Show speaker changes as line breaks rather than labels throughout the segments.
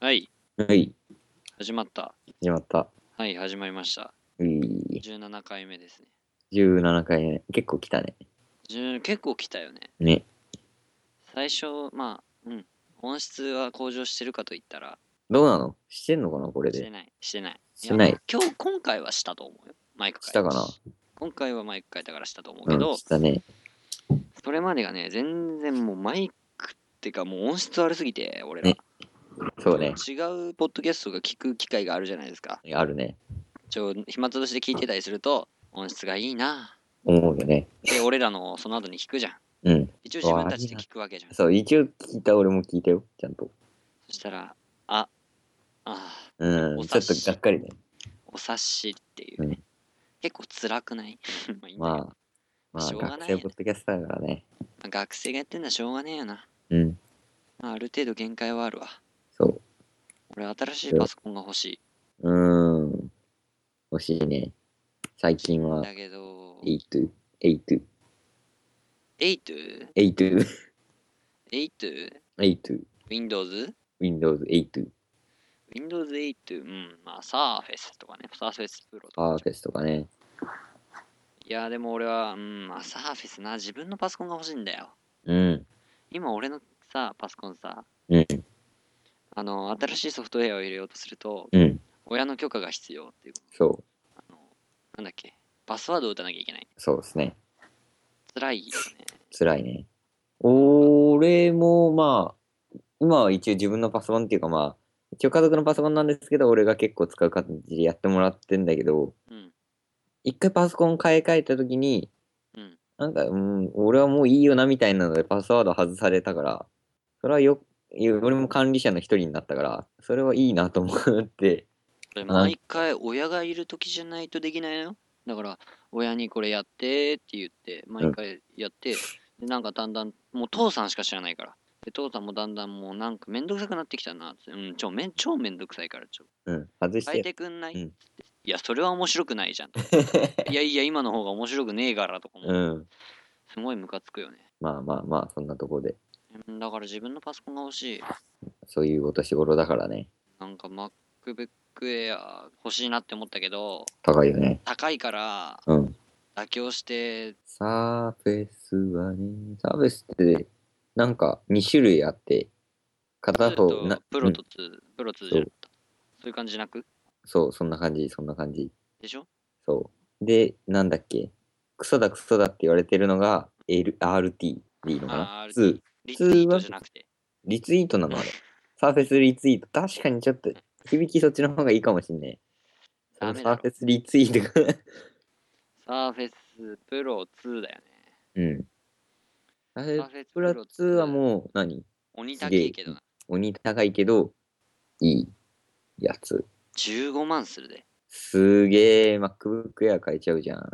はい、
始まった。
始まった。
はい、始まりました。
うい
17回目ですね。
17回目。結構来たね。
17結構来たよね。
ね。
最初、まあ、うん。音質は向上してるかと言ったら、
どうなのしてんのかなこれ
して
で。
ない、してない。
してない
や今日、今回はしたと思うよ。マイク変え
したかな
今回はマイク変えたからしたと思う
う
け
ん
ど、、
したね。
それまでがね、全然もうマイクってか、もう音質悪すぎて、俺ら。
ねそうね。
違うポッドキャストが聞く機会があるじゃないですか。
あるね。
ちょ、暇つぶしで聞いてたりすると、音質がいいな。
思うよね。
で、俺らのその後に聞くじゃん。
うん。
一応自分たちで聞くわけじゃん。
そう、一応聞いた俺も聞いたよ。ちゃんと。
そしたら、あ、あー、
うん。
お
ちょ
察
っと
し
がっかりね。
お察しっていうね。結構辛くない まあいいんだけど
まあ、まあ、
しょうがない
学
よね
生ポッドキャスターだからね。
まあ学生がやってんのはしょうがねえよな。
うん。
まあ、ある程度限界はあるわ。
そう。
俺、新しいパソコンが欲しい。
うーん。欲しいね。最近は
だけど、
8、8、
8?8?
8、8、
Windows?
Windows 8、
Windows 8? うん、まあ、Surface とかね、Surface Pro とか。
パーフェスとかね。
いや、でも俺は、うん、まあ、Surface な、自分のパソコンが欲しいんだよ。
うん。
今、俺のさ、パソコンさ、
うん。
あの、新しいソフトウェアを入れようとすると、
うん。
親の許可が必要っていう。
そう。
あの、なんだっけ、パスワードを打たなきゃいけない。
そうですね。
辛いよ ね。
辛いね。俺もまあ、今は一応自分のパソコンっていうかまあ、一応家族のパソコンなんですけど、俺が結構使う感じでやってもらってんだけど、
うん。
一回パソコン買い替えた時に、
うん。
なんか、うん、俺はもういいよなみたいなのでパスワード外されたから、それはよ、俺も管理者の一人になったから、それはいいなと思って、
これ、毎回親がいる時じゃないとできないのよ。だから、親にこれやってって言って、毎回やって、でなんかだんだん、もう父さんしか知らないから。で、父さんもだんだんもうなんかめんどくさくなってきたなって。うん、ちょ、めん、超めんどくさいから、ちょ、
うん、外し
変え
て、
てくんない、
うん
いや、それは面白くないじゃん と。いやいや、今の方が面白くねえからとか
う
も、
ん。
すごいムカつくよね。
まあまあまあ、そんなとこで、
うんだから自分のパソコンが欲しい。
そういうお年頃だからね、
なんか MacBook Air 欲しいなって思ったけど、
高いよね。
高いから
うん。
妥協して、
サーフェスはね、サーフェスって、なんか2種類あって、片
2と
方な、
プロ
う
と
ん
2、プロ2じゃなかった。そういう感じなく
そう、そんな感じ、そんな感じ。
でしょ
そう。で、なんだっけ、クソだクソだって言われてるのが、L、RT でいいのかな
あー
?2。
リツイートじゃなくて。
リツイートなのあれ。 サーフェスリツイート。確かにちょっと、響きそっちの方がいいかもしんねえ。そ
ダ
の
メだ
サー
ろ
フェスリツイー トが。
サーフェスプロ2だよね。
うん。サーフ
サ
ェ
ー
ス
フェス
プラ2は
う。
もう何
鬼高いけどな。
鬼高いけど、いいやつ。
15万するで。
すげえ、MacBook Air 買えちゃうじゃん。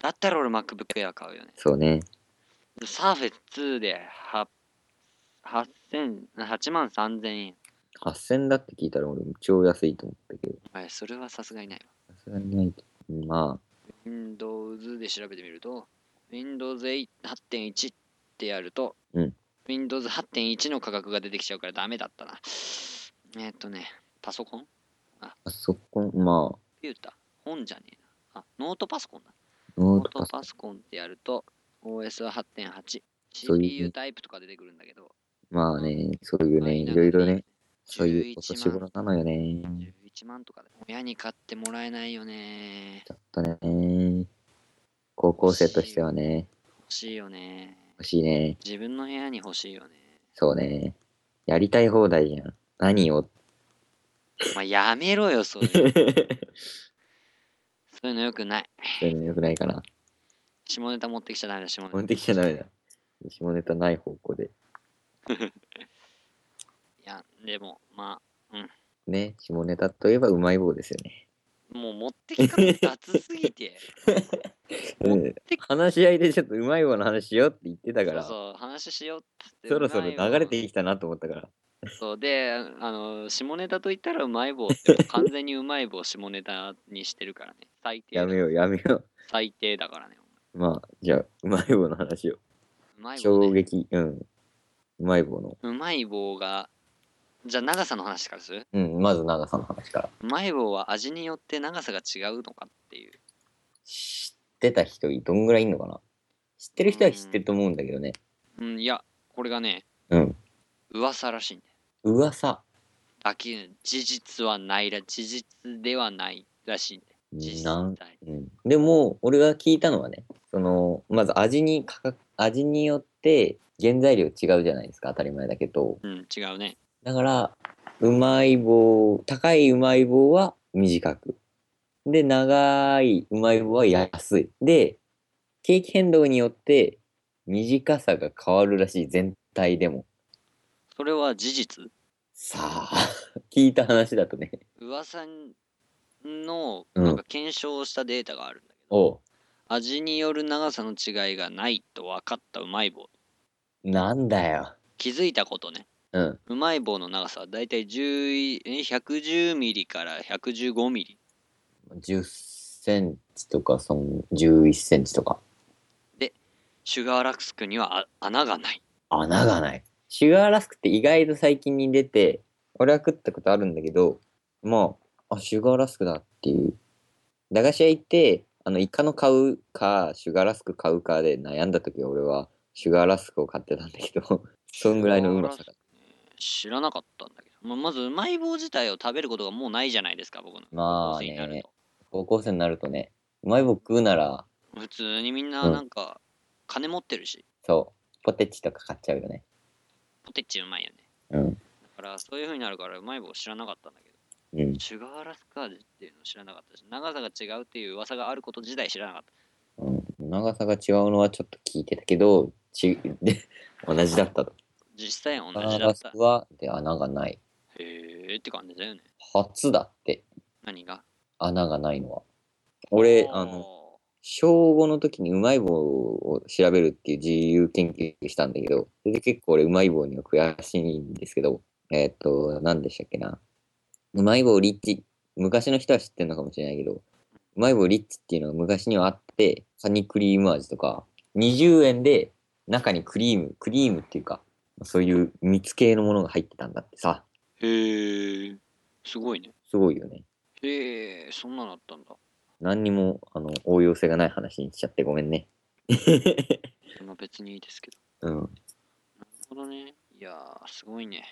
だったら俺 MacBook Air 買うよね。
そうね。
サーフェス2では8000 8万3000円。
8000だって聞いたら俺超安いと思ったけど。
はいそれはさすがにないわ。
さすがにないと。ま
Windows で調べてみると、Windows 8.1ってやると、
うん
Windows 8.1の価格が出てきちゃうからダメだったな。えーっとね、パソコン
あ、あそこ、まあ、
コンピュータ本じゃねえな。あ、ノートパソコンだ。ノ
ノー
ー
トパ
ト
ソ
パソコンってやると、OS は8.8。
そういう
CPU タイプとか出てくるんだけど、
まあね、そういうね、
マイナ
い
ビ
ろいろね、そういうお年
11万
頃なのよね。
11万とかで親に買ってもらえないよね。
ちょっとね、高校生としてはね、
欲しいよね。
欲しいね。
自分の部屋に欲しいよね。
そうね。やりたい放題じゃん。何を。
まあ、やめろよ、そういうの。
そう
そういうのよくない。
いうのよくないかな。
下ネタ持ってきちゃダメだ、下ネタ。
持ってきちゃダメだ。下ネタない方向で。
いや、でも、ま
ね、下ネタといえばうまい棒ですよね。
あ、もう持ってき方雑すぎて。持
うん話し合いでちょっとうまい棒の話しようって言ってたから、
そうそう、話しようっつって。
そろそろ
うまい棒
流れてきたなと思ったから、
そうで、あの、下ネタと言ったらうまい棒って、完全にうまい棒下ネタにしてるからね。最低だ。
やめようやめよ
最低だからね。
う。 まあ、じゃあ、うまい棒の話を。
うまい棒、
衝
ね。
撃、うん。うまい棒の。
うまい棒が、じゃあ長さの話からする
うん、まず長さの話から。
マイボーは味によって長さが違うのかっていう。
知ってた人どんぐらいいんのかな知ってる人は知ってると思うんだけどね。
うん、いや、これがね、
うん。
噂らしいんだよ。
噂。
あき事実はないら、事実ではないらしいんだよ。事実
なん
体
うん、でも俺が聞いたのはねそのまず味に価格味によって原材料違うじゃないですか当たり前だけど
うん、違うね。
だからうまい棒高いうまい棒は短くで長いうまい棒は安いで景気変動によって短さが変わるらしい全体でも
それは事実
さあ 聞いた話だとね
噂の
うん
なんか検証したデータがあるんだけど、
おう
味による長さの違いがないと分かったうまい棒
なんだよ
気づいたことね
うん
うまい棒の長さはだいたい10え110ミリから115ミリ
10センチとかその11センチとか
シュガーラックスクにはあ穴がない
穴がない。シュガーラスクって意外と最近に出て、俺は食ったことあるんだけど、まあ、あ、シュガーラスクだっていう。駄菓子屋行って、あの、イカの買うか、シュガーラスク買うかで悩んだ時は俺は、シュガーラスクを買ってたんだけど、 そんぐらいのうまさが。
知らなかったんだけど、まあまずうまい棒自体を食べることがもうないじゃないですか僕の
まあ
高校生になる
ね
と、
高校生になるとね、うまい棒食うなら、
普通にみんななんか金持ってるし
そう、ポテチとか買っちゃうよね。
ポテチうまいよね
うん。
だからそういう風になるからうまい棒知らなかったんだけど
うん。
シュガーラスカージっていうの知らなかったし、長さが違うっていう噂があること自体知らなかった。
うん、長さが違うのはちょっと聞いてたけど、ちで同じだったと。
実際は
シュ
同
ガ
じ
ー
だっ
ラス
た。へ
クは、で、穴がない。
えって感じだよね。
初だって
何が
穴がないのは俺
おー
あの小5の時にうまい棒を調べるっていう自由研究したんだけどそれで結構俺うまい棒には悔しいんですけどえーっと何でしたっけなうまい棒リッチ昔の人は知ってるのかもしれないけどうまい棒リッチっていうのが昔にはあってカニクリーム味とか20円で中にクリームクリームっていうかそういう蜜系のものが入ってたんだってさ
へえすごいね。
すごいよね
へえそんなのあったんだ。
何にもあの応用性がない話にしちゃってごめんね。
まあ別にいいですけど。
うん。
なるほどね。いやー、すごいね。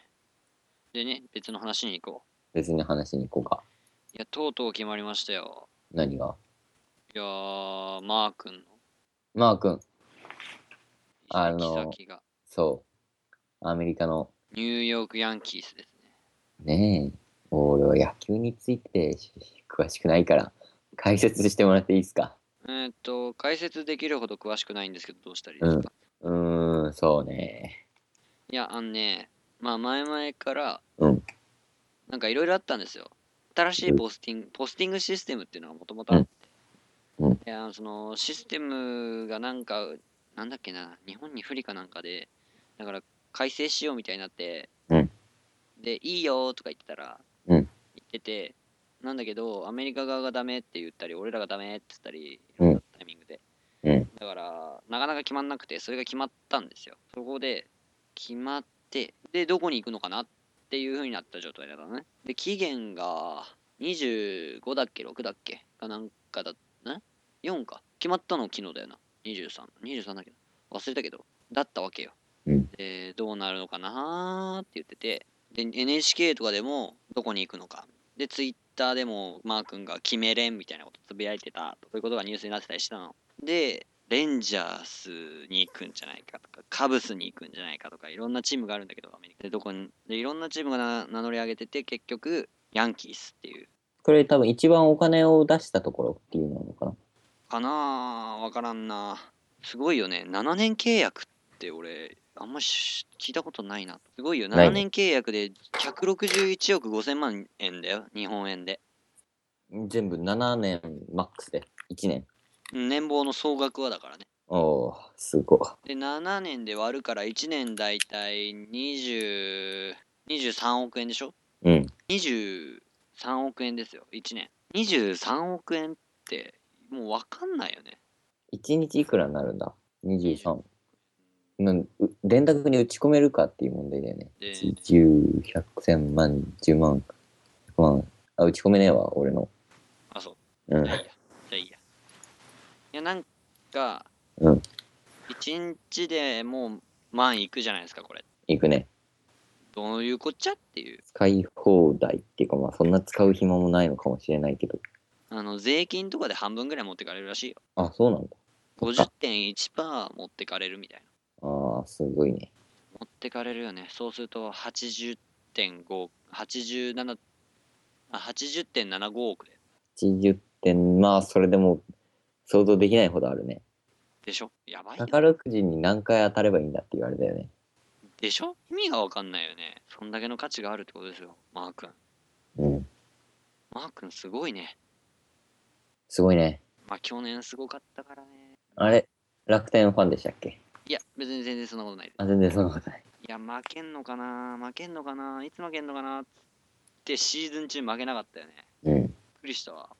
でね、別の話に行こ
別に話に行こうか。
う。いや、とうとう決まりましたよ。
何が
いやー、マー君の
マー君、あの
行き先が
そう。アメリカの、
ニューヨークヤンキースですね。
ねえ、俺は野球についてし詳しくないから、解説してもらっていいですか。
えーっと、解説できるほど詳しくないんですけど、どうしたらいいですか、
んうーん、そうね。
いや、あのね、まあ前々から、
うん
なんかいろいろあったんですよ。新しいポスティング、ポスティングシステムっていうのがもともとあって、
うんうん
であのそのシステムがなんか、なんだっけな、日本に不利かなんかで、だから改正しようみたいになって、
うん
で、いいよとか言ってたら、
うん
言ってて、なんだけど、アメリカ側がダメって言ったり、俺らがダメって言ったり、い
うん
ろんなタイミングで。
うん
だから、なかなか決まんなくて、それが決まったんですよ。そこで、決まってでどこに行くのかなっていう風になった状態だったのねで期限が25だっけ6だっけかなんかだね4か決まったの昨日だよな2323 23だっけど忘れたけどだったわけよ、
うん
でどうなるのかなーって言っててで NHK とかでもどこに行くのかで Twitter でもマー君が決めれんみたいなことつぶやいてたとそういうことがニュースになってたりしたのでレンジャースに行くんじゃないかとか、カブスに行くんじゃないかとか、いろんなチームがあるんだけど、アメリカでどこに、でいろんなチームがな名乗り上げてて、結局、ヤンキースっていう、
これ多分一番お金を出したところっていうのなのかな。
かなあわからんな。すごいよね、7年契約って俺、あんまし聞いたことないな。すごいよ、
ない
7年契約で161億5000万円だよ、日本円で。
全部7年マックスで。1年。
年俸の総額はだからね。
おー、すごい。
で、7年で割るから、1年だいたい20、23億円でしょ
うん。
23億円ですよ1年23億円ってもう分かんないよね
1日いくらになるんだ ?23。なんう電卓に打ち込めるかっていう問題だよね。
で、
10、100、1000万、10万、100万。あ、打ち込めねえわ、俺の。
あ、そう。
うん
じゃ。あいいや。じゃあいいや。いや、なんか、
うん
一日でもう万いくじゃないですか、これ。
行くね。
どういうこっちゃっていう。
使い放題っていうか、まあ、そんな使う暇もないのかもしれないけど。
あの、税金とかで半分ぐらい持ってかれるらしいよ。
あ、そうなんだ。
50.1%持ってかれるみたいな。
ああ、すごいね。
持ってかれるよね。そうすると80.5、87、あ、80.75億で。
80点、まあ、それでも想像できないほどあるね。
でしょやばいよね
宝くじに何回当たればいいんだって言われたよね。
でしょ意味がわかんないよね。そんだけの価値があるってことですよ、マー君。
うん。
マー君すごいね。
すごいね。
まあ去年すごかったからね。
あれ楽天ファンでしたっけ
いや、別に全然そんなことないで
あ、全然そんなことない。
す。いや、負けんのかな負けんのかないつ負けんのかなってシーズン中負けなかったよね。
うん。
びっくりしたわ。